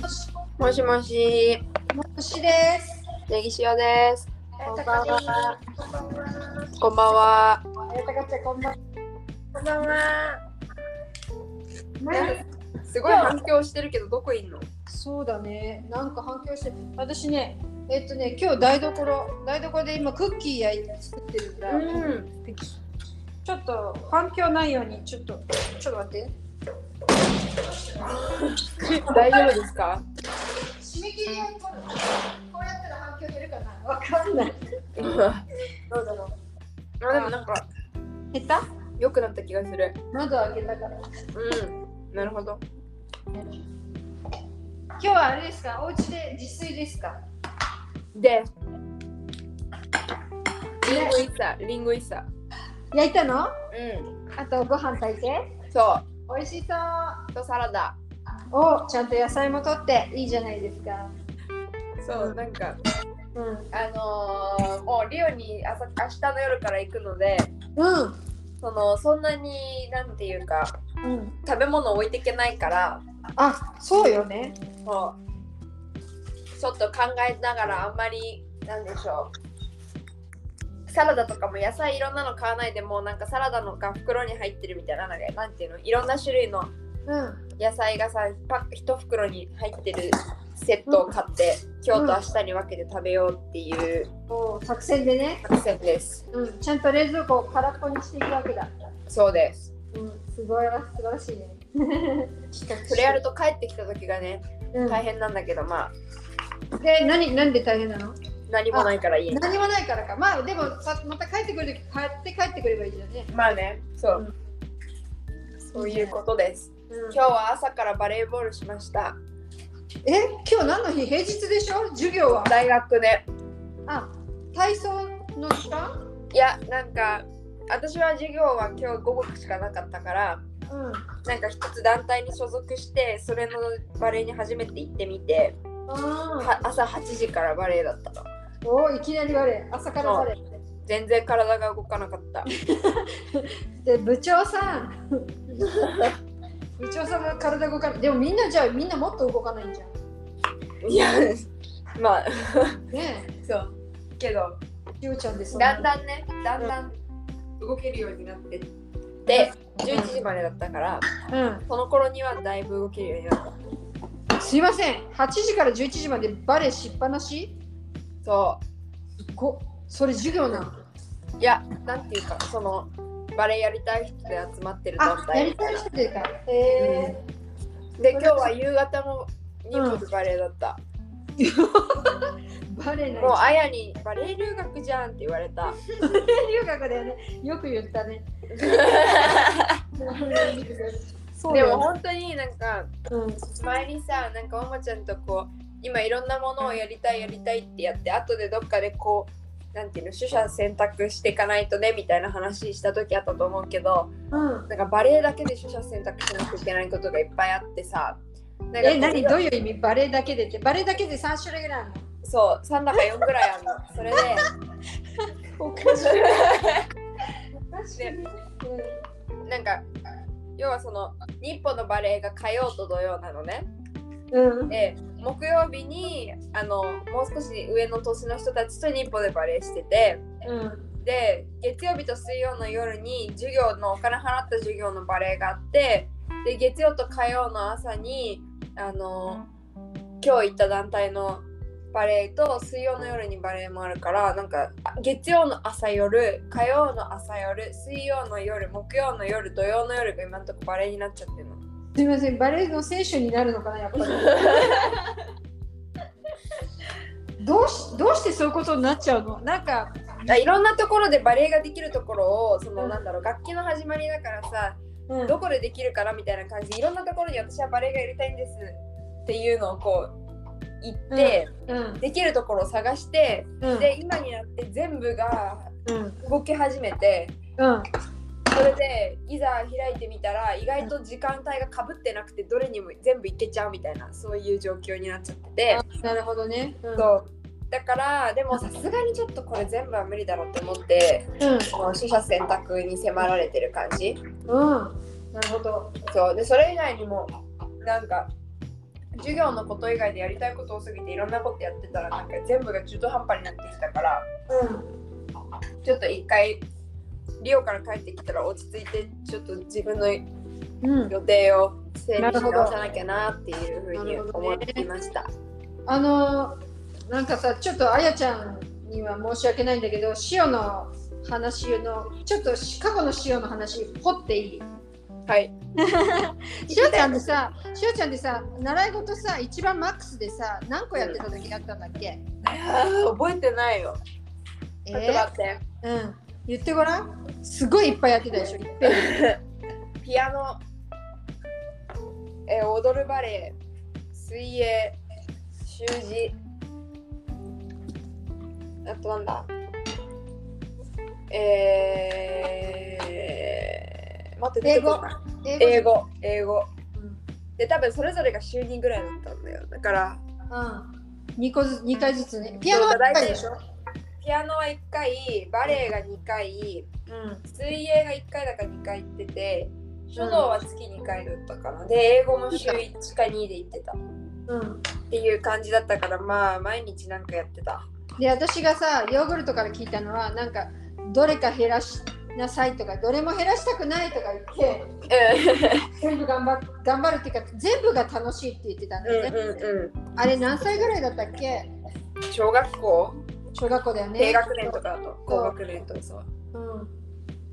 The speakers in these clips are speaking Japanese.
もしもし、星です。ネギ塩です。こんばんは。ここんばんは。んばんは。えたかちゃんこんばんは。こんばんは。ねすごい反響してるけど、どこいんのそうだね。なんか反響して、私ね、えっとね、今日台所、台所で今クッキー焼いて作ってるんだ。ん。ちょっと反響ないように、ちょっと、ちょっと待って。 大丈夫です か締め切りやるこうやったら反響出るかな。わかんない。あどうだろう。でもなんか、減った？良くなった気がする。窓開けたから。うん。なるほど。今日はあれですか。お家で自炊ですか。で、リンゴイッサ、リンゴイッサ。焼いたの？うあとご飯炊いて。ん。そ。美味しそうとサラダ。う。お、ちゃんと野菜もとっていいじゃないですか。そう、なんか、うん。あのー、もうリオに朝明日の夜から行くので、うん。その、そんなに、なんていうか、うん。食べ物置いていけないから、あ、そうよね。そうちょっと考えながらあんまりなんでしょうサラダとかも野菜いろんなの買わないでもうなんかサラダのが袋に入ってるみたいななんかなんていうのいろんな種類のうん。野菜がさパ一袋に入ってるセットを買って今日と明日に分けて食べようっていうお、作戦でね。作戦ですうん。ちゃんと冷蔵庫を空っぽにしていくわけだ。そうですうん。すごいわ、素晴らしい ね。それやると帰ってきた時がねうん大変なんだけどまあで、何、なんで大変なの。何もないからいい何もないからか。まあ、でも、さ、また帰ってくるとき、買って帰ってくればいいじゃんね。まあねそううそういうことですうん今日は朝からバレーボールしましたえ、今日何の日、平日でしょ授業は。大学であ、体操の時間。いやなんか私は授業は今日午後しかなかったからうん。なんか一つ団体に所属してそれのバレーに初めて行ってみてあは朝8時からバレーだったのーおーいきなりバレー朝からバレー全然体が動かなか ったで部長さん部長さんが体動かないでもみんなじゃあみんなもっと動かないんじゃんいやまあねそうけどえゆうちゃんですだんだんねだんだん動けるようになってって11時までだったからうんその頃にはだいぶ動けるようになったすいません8時から11時までバレーしっぱなしそうごそれ授業なのいや、なんていうか、そのバレエやりたい人で集まってる団あや体りたい人でかえで、今日は夕方も2部でバレエだった。ー、バレーもうのあやにバレエ留学じゃんって言われた。留学だよねよく言っ たねそうでだもよね本当になんかうん前にさ、なんかおもちゃんとこう今いろんなものをやりたいやりたいってやって、後でどっかでこうなんていうの取捨選択していかないとねみたいな話した時あったと思うけど、うんなんかバレエだけで取捨選択しなきゃいけないことがいっぱいあってさ。なんかえ何どういう意味バレーだけでってバレーだけで3種類ぐらいあるのそう、3だか4ぐらいあるの。それで、おかしい。ねなんか要はその日本のバレエが火曜と土曜なのねうん。で木曜日にあのもう少し上の年の人たちと日本でバレエしててうん。で月曜日と水曜の夜に授業のお金払った授業のバレエがあってで月曜と火曜の朝にあの今日行った団体のバレエと水曜の夜にバレエもあるからなんかあ月曜の朝夜火曜の朝夜水曜の夜木曜の夜土曜の夜が今んとこバレエになっちゃってるの。すみません、バレエの選手になるのかな、 やっぱり。どうし、どうしてそういうことになっちゃうの、なんか。あいろんなところでバレエができるところをその、うんなんだろう楽器の始まりだからさうんどこでできるかなみたいな感じでいろんなところに私はバレエがやりたいんですっていうのをこう言って、うん。できるところを探して、うん。で今になって全部がうん。動き始めてうん。それでいざ開いてみたら意外と時間帯がかぶってなくてどれにも全部いけちゃうみたいなそういう状況になっちゃってて。なるほどね。うそうだからでもさすがにちょっとこれ全部は無理だろうって思ってん。この取捨選択に迫られてる感じうん。なるほど。そうでそれ以外にもなんか授業のこと以外でやりたいこと多すぎていろんなことやってたらなんか全部が中途半端になってきたからうんちょっと一回リオから帰ってきたら落ち着いてちょっと自分のうん、予定を整理しなるほど直さなきゃなっていうふうに思っていました。あのーなんかさちょっとあやちゃんには申し訳ないんだけど塩の話のちょっとし過去の塩の話掘っていいはい。塩ちゃんでさ塩ちゃんでさ習い事さ一番マックスでさ何個やってた時だったんだっけ、 覚えてないよ。えちょっと待って。ーうん言ってごらんすごいいっぱいやってたでしょいっぺんにピアノ、えー踊るバレエ、水泳、習字、あとなんだえー、待って、出て英語こない英英語語、英語。うんで、多分それぞれが週2ぐらいだったんだよ。だから、うん、2, 個ずつ2回ずつねピアノは1回でしょ、ピアノは1回、バレエが2回、うん、水泳が1回だか2回行ってて書道は月2回だったかなで英語も週1か2で行ってたっうん、ていう感じだったからまあ毎日なんかやってたで私がさヨーグルトから聞いたのはなんかどれか減らしなさいとかどれも減らしたくないとか言って全部頑張っ頑張るっていうか全部が楽しいって言ってたんうんだよね、うんうあれ何歳ぐらいだったっけん小学校小学校だよね低学年とかだと高学年とかそううん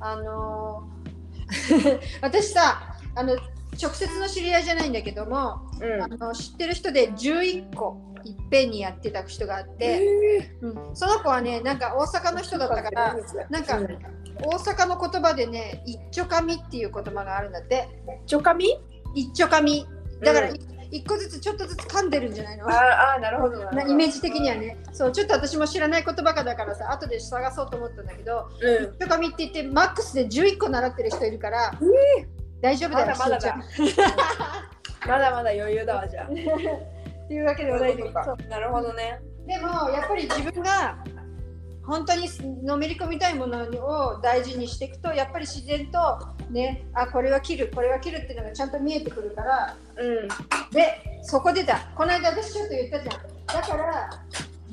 あのー 私さあの直接の知り合いじゃないんだけども、うあんの知ってる人で11個いっぺんにやってた人があって、でうんその子はねなんか大阪の人だったからなんか大阪の言葉でね一丁紙っていう言葉があるんだってちょかみ一丁紙だからうん一個ずつちょっとずつ噛んでるんじゃないのああなるほどなるほなどイメージ的にはねそうちょっと私も知らない言葉かだからさ後で探そうと思ったんだけどうん一丁紙って言ってマックスで11個習ってる人いるから、大丈夫だまよだまだしーちゃだんまだまだ余裕だわじ ゃあっていうわけでございますそうなるほどねでもやっぱり自分が本当にのめり込みたいものを大事にしていくとやっぱり自然とねあこれは切るこれは切るっていうのがちゃんと見えてくるからうんでそこでだこの間私ちょっと言ったじゃんだから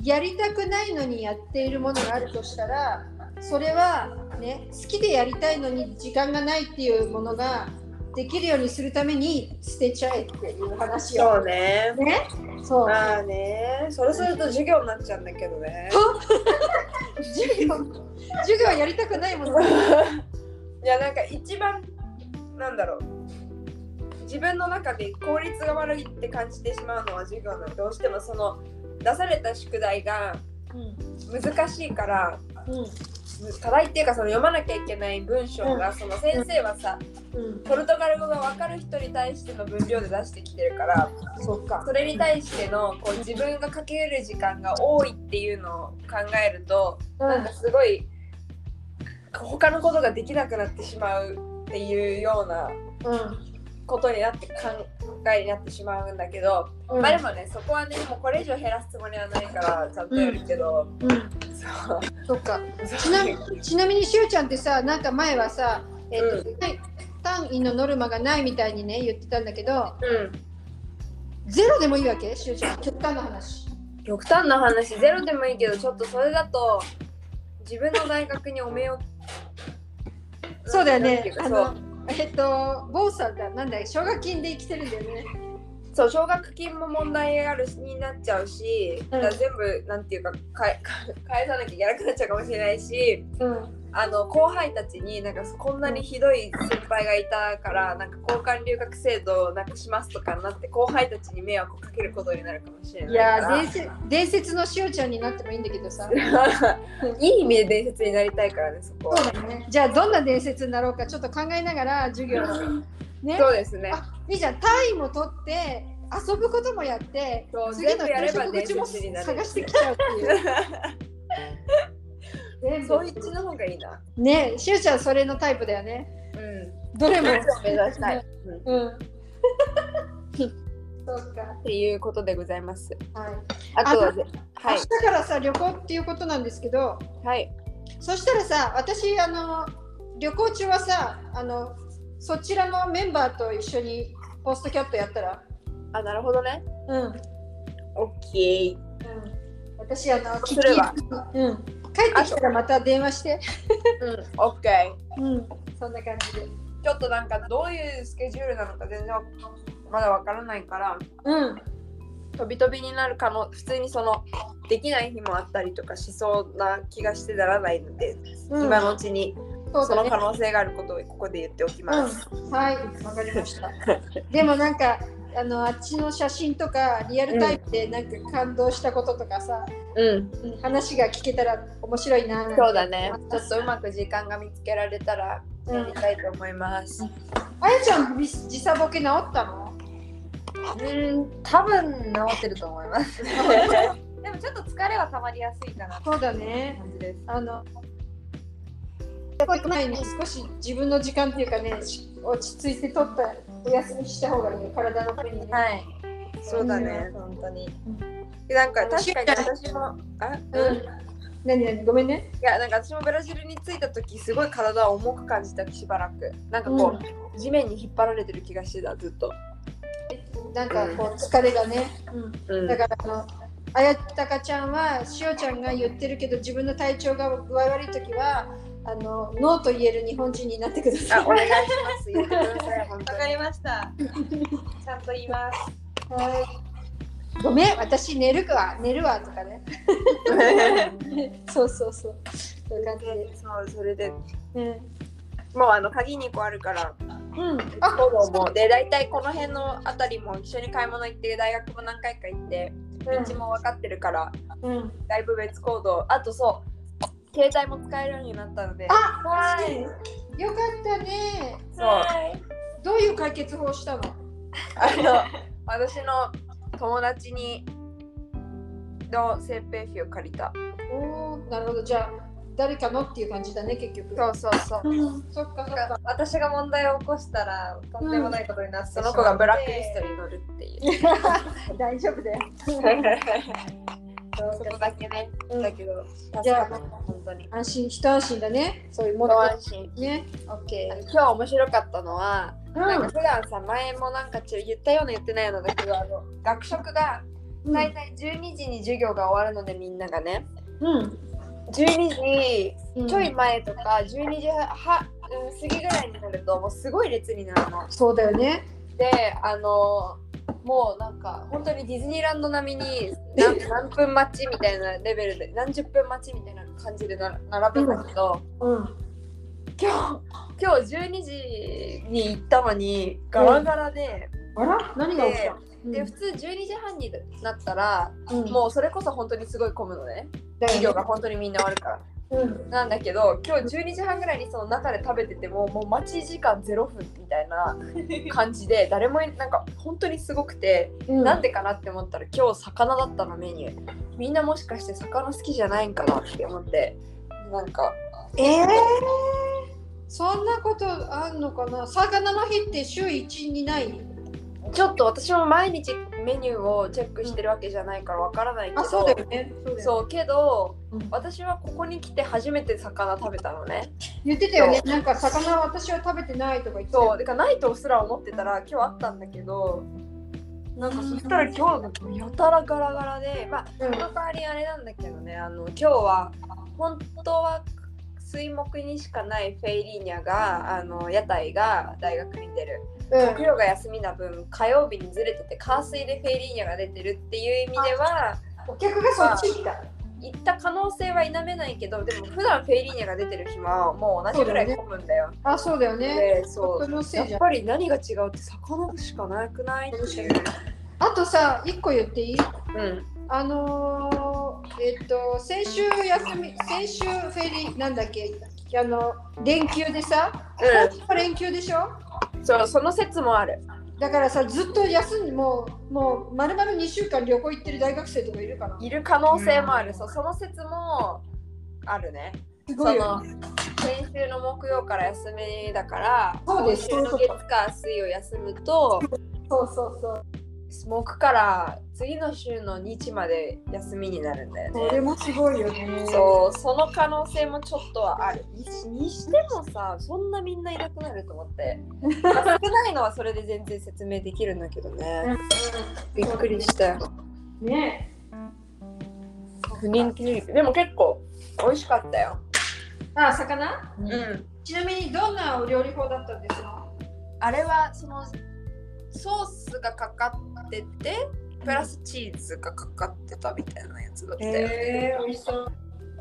やりたくないのにやっているものがあるとしたらそれはね好きでやりたいのに時間がないっていうものができるようにするために捨てちゃえっていう話をそうねねそうまあね、それすると授業になっちゃうんだけどね。授業授業やりたくないものいや、なんか一番、なんだろう。自分の中で効率が悪いって感じてしまうのは授業のどうしてもその出された宿題がうん難しいからうんむ課題っていうかその読まなきゃいけない文章がその先生はさうん、ポルトガル語が分かる人に対しての分量で出してきてるからそっか。それに対してのこう自分がかける時間が多いっていうのを考えるとなんかすごい他のことができなくなってしまうっていうようなうん。ことになって考えになってしまうんだけど、うん。まあでもねそこはねもうこれ以上減らすつもりはないからちゃんとやるけど、 うん。そうそ っか。ちなみに、ちなみにしおちゃんってさ、なんか前はさ、えっ、と、単位のノルマがないみたいにね、言ってたんだけど。うゼロでもいいわけ、しおちゃん、極端な話。ん、極端な話ゼロでもいいけどちょっとそれだと自分の大学におめをそうだよなんていねう。かあそうの、えっ、と、坊さんだ、なんだ、奨学金で生きてるんだよね。そう奨学金も問題があるしになっちゃうし、んだから全部なんていうか かえ返さなきゃいけなくなっちゃうかもしれないしうん。あの後輩たちになんかこんなにひどい先輩がいたからなんか交換留学制度をなくしますとかになって後輩たちに迷惑をかけることになるかもしれないいかやらー、伝説、伝説のしおちゃんになってもいいんだけどさ。い い意味で伝説になりたいからねそこはそうだね。じゃあ、どんな伝説になろうか、ちょっと考えながら、授業を。ね。そうですねあいいじゃん単位も取って遊ぶこともやってそう次全の部や就れば職口も伝説になる探してきちゃうっていう全そういうち部の方がいいなねしゅうちゃんそれのタイプだよねうんどれも目指したい、うん、っうん そうかていうことでございますはい、あとはあはい明日からさ旅行っていうことなんですけどはいそしたらさ私あの旅行中はさあのそちらのメンバーと一緒にポストキャットやったらあ、なるほどね。うん。オッケー。うん、私あの聞きそれはうん、帰ってきたらまた電話して、うん、オッケうん、そんな感じで、ー。ちょっとなんかどういうスケジュールなのか全然まだわからないから、うん、飛び飛びになる可能、普通にその、できない日もあったりとかしそうな気がしてならないので、うん、今のうちにそうそだのね可能性があることをここで言っておきます。うん、はい、わかりました。でもなんかあのあっちの写真とかリアルタイムでなんか感動したこととかさ、うん、うん話が聞けたら面白いな。そうだね。ちょっとうまく時間が見つけられたらやりたいと思います。あやちゃんび時差ボケ治ったの？うん、多分治ってると思い ます。でもちょっと疲れは溜まりやすいかなってそうだね。感じです。あの。前に少し自分の時間っていうかねし落ち着いて取ったお休みした方がいいよ体のためにね、はい。そうだね。本当に。なんか確かに私も、あ、ううんん。何何ごめんね。いやなんか私もブラジルに着いた時すごい体を重く感じたしばらくなんかこう、地面に引っ張られてる気がしてたずっと、なんかこう疲れがね。うんだからあのあやたかちゃんはしおちゃんが言ってるけど自分の体調が具合悪い時はあのノーと言える日本人になってくだあさいお。願いします言ってください本当わにかりました。ちゃんと言います。はいごめん私寝るわ寝るわとかね。そうそうそう。そういう感じ で。そうそれでうん。もうあの鍵2個あるからうん、あどうもで大体この辺のあたりも一緒に買い物行って大学も何回か行って道も分かってるからうん。だいぶ別行動あとそう携帯も使えるようになったのであはい。よかったね。そうどういう解決法したの？あの私の友達にの生ペ費を借りた。おおなるほどじゃあ誰かのっていう感じだね結局。そうそうそう。うん。そっかそっか。私が問題を起こしたらとんでもないことになってしそまのって子がブラックリストに乗るっていう。大丈夫だよ。そこだけね。うんだけど、じ助ゃかあった本当に。安心一安心だね。そういうものご安心。ね。オッケ今日面白かったのは、ー。なんか普段さ、前もなんかちょ言ったような言ってないようなだけど、あの学食がうん大体12時に授業が終わるのでみんながね、うん。 12時うんちょい前とか12時は、うん、過ぎぐらいになるともうすごい列になるの。そうだよね。であのもうなんか本当にディズニーランド並みに 何何分待ちみたいなレベルで何十分待ちみたいな感じでな並ぶんだけど、うん。今日今日12時に行ったのにガラガラで、あら何が起きた？で普通12時半になったら、うんうんもうそれこそ本当にすごい混むのねだよね授業が本当にみんな終わるから。うんなんだけど今日12時半ぐらいにその中で食べてて ももう待ち時間0分みたいな感じで誰もいなんか本当にすごくて、うんなんでかなって思ったら今日魚だったのメニューみんなもしかして魚好きじゃないんかなって思ってなんかえー。そんなことあんのかな魚の日って週一にないちょっと私も毎日メニューをチェックしてるわけじゃないからわからないけど、あそうだよねそうだよねそうけどうん私はここに来て初めて魚食べたのね言ってたよねなんか魚は私は食べてないとか言ってたそうよだからないとすら思ってたら今日あったんだけどなんかそしたら今日やたらガラガラでまあうんその代わりあれなんだけどねあの今日は本当は水木にしかないフェイリーニャがあの屋台が大学に出る木曜が休みな分火曜日にずれてて火水でフェイリーニャが出てるっていう意味ではお客がそっち行った行った可能性は否めないけどでも普段フェイリーニャが出てる日はもう同じぐらい混むんだよ。あそうだよねでそうそのせやいっじゃんぱり何が違うって魚しかなくないっていう。あとさ一個言っていいうん。あのー、えっと先週休み先週フェリーなんだっけあの連休でさ、今週連休でしょうん。そう、その説もある。だからさずっと休んでもうもうまるまる2週間旅行行ってる大学生とかいるからいる可能性もある。そう、その説もあるね。すそごいよの先週の木曜から休みだから、そうです今週の月火水を休むと、そうそうそう木から次の週の日まで休みになるんだよそれね。もすごいよね。そうその可能性もちょっとはあるにしにしてもさそんなみんないなくなると思って、まあ少ないのはそれで全然説明できるんだけどねびっくりしたよね不人気肉でも結構美味しかったよあ、魚うんちなみにどんなお料理法だったんですかあれはそのソースがかかっててプラスチーズがかかってたみたいなやつだったよ、えー、美味しそう。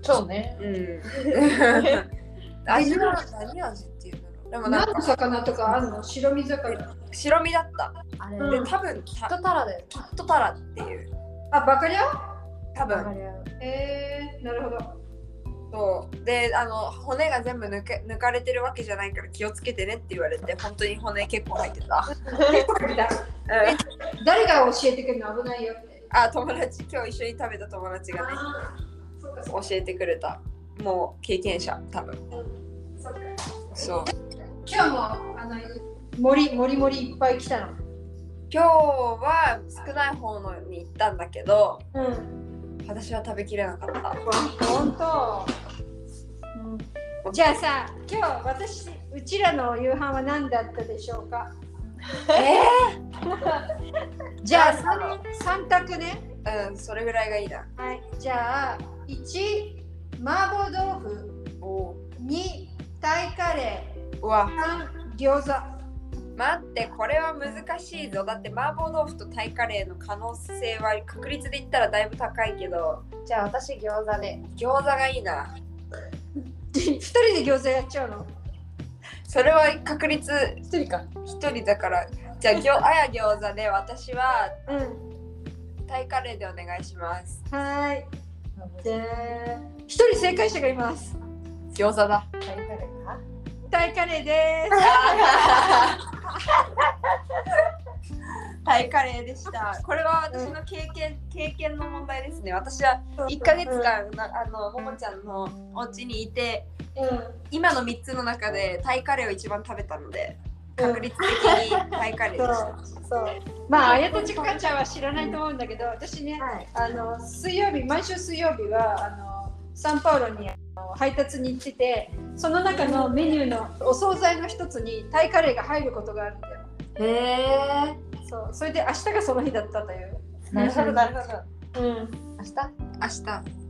そうね。 うん味は何味っていうんだろうでもなん何かの魚とかあるの白身魚。白身だったあれ、うんで多分きっタとタラだよ。キットタラっていうあ、バカリャ多わか分り合うえー、なるほど。そうであの骨が全部抜け抜かれてるわけじゃないから気をつけてねって言われて本当に骨結構入ってた、うん誰が教えてくるの危ないよって。 あ友達今日一緒に食べた友達がねあーそうかそう教えてくれたもう経験者多分そうかそう今日もあの森森森いっぱい来たの。今日は少ない方のに行ったんだけどうん。私は食べきれなかった本当。じゃあさ、今日私うちらの夕飯は何だったでしょうか。えじゃあ三三択ね。うんそれぐらいがいいなはい。じゃあ一麻婆豆腐、お二タイカレうわー、三餃子。待ってこれは難しいぞだって麻婆豆腐とタイカレーの可能性は確率で言ったらだいぶ高いけどじゃあ私餃子で。餃子がいいな二人で餃子やっちゃうの。それは確率一人か。一人だからじゃあぎょあや餃子で私はうん。タイカレーでお願いしますはーい。で一人正解者がいます。餃子だタイカレーです。 タイカレーでした。これは私の経験、経験の問題ですね。私は1ヶ月間な、あのももちゃんのお家にいて、今の3つの中でタイカレーを一番食べたので、確率的にタイカレーでした。そう。まあ、あやとちかちゃんは知らないと思うんだけど、私ね、はい。あの水曜日、毎週水曜日はあのサンパウロにあの配達に行ってて、その中のメニューのお惣菜の一つにタイカレーが入ることがあるんだよ。へえ。そう、それで明日がその日だったという。なるほど、なるほど。うん、明日明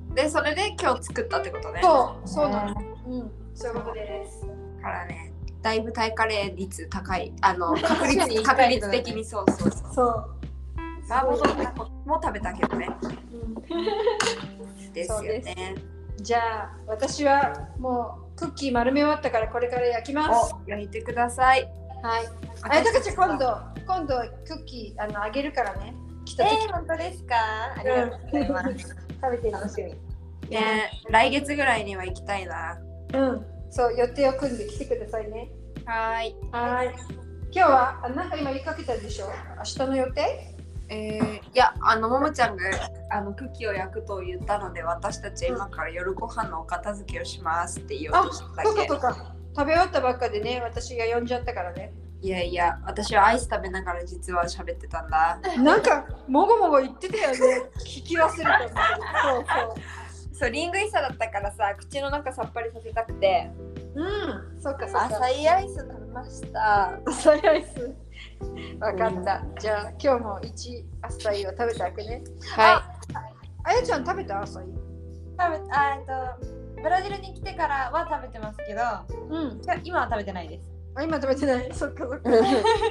日。で、それで今日作ったってことね。そう、そうなの。うん、そういうことです。う。からね、だいぶタイカレー率高い。あの、確確かに率確率的にそうそうそう。そう、麻婆豆腐も食べたけどね。うですよね。ん、じゃあ、私はもうクッキー丸め終わったから、これから焼きます。お、焼いてください。はい。あやとかちゃん、今度、今度クッキーあのあげるからね。来た時。えー、本当ですかありがとうございます。食べて楽しみ。ね、来月ぐらいには行きたいな。うん、そう予定を組んで来てくださいね。はーい。はい。今日はあなんか今言いかけたでしょ。明日の予定？えー、いや、あの、ももちゃんがあのクッキーを焼くと言ったので、私たちは今から夜ご飯のお片付けをしますって言おうとしただとかけと。か食べ終わったばっかでね、私が呼んじゃったから ね。いやいや、私はアイス食べながら実は喋ってたんだ。なんかもごもご言ってたよね。聞き忘れたんだそう、リングイサだったからさ、口の中さっぱりさせたくて。けど。そうそう。うん。そっかそっか。浅いアイス食べました。朝アイス。わかった。じゃあ今日も一朝イを食べてあげね。はあやちゃん食べた朝イ？食べ、あえっと、ブラジルに来てからは食べてますけど、うん。今今は食べてないです。あ今食べてない。 そっかそっか。い。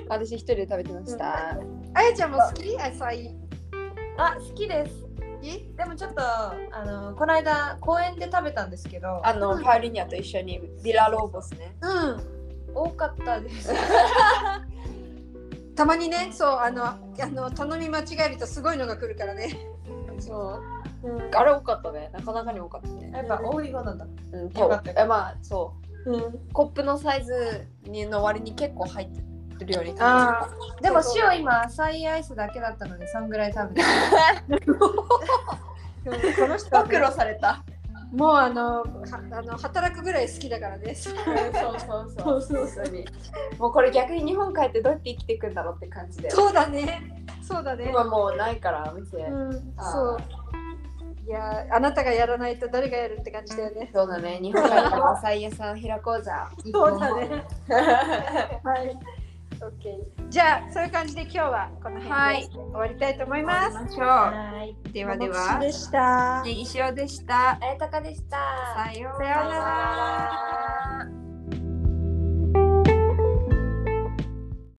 私一人で食べてました。あやちゃんも好き？朝イ。あ、好きです。え？でもちょっと、あの、この間公園で食べたんですけど、あの、パウリニャと一緒にビラローボスね。うん。多かったです。たまにねそうあのあの頼み間違えるとすごいのが来るからね、そう。うんあれ多かったね。なかなかに多かったね。やっぱ多い方なんだ。うん、よかったよえまあそううん、コップのサイズにの割に結構入ってるように感ああでも塩今、浅いアイスだけだったので、そんぐらい食べてます。でもこの人じるはね、されたもうあのはあの働くぐらい好きだからねそうそうそうそうそうそうにもうこれ逆に日本帰ってどうやって生きていくんだろうって感じでそうだねそうだね今もうないから、店。うんそういやーあなたがやらないと誰がやるって感じだよねそうだね、日本海の野菜屋さん開こうじゃ。そうだねはいオッケーじゃあそういう感じで今日はこの辺で、はい終わりたいと思います行きましょはい。う。ではでお待ちは、でしたねぎしおでした。あやたかでした。さようさようなら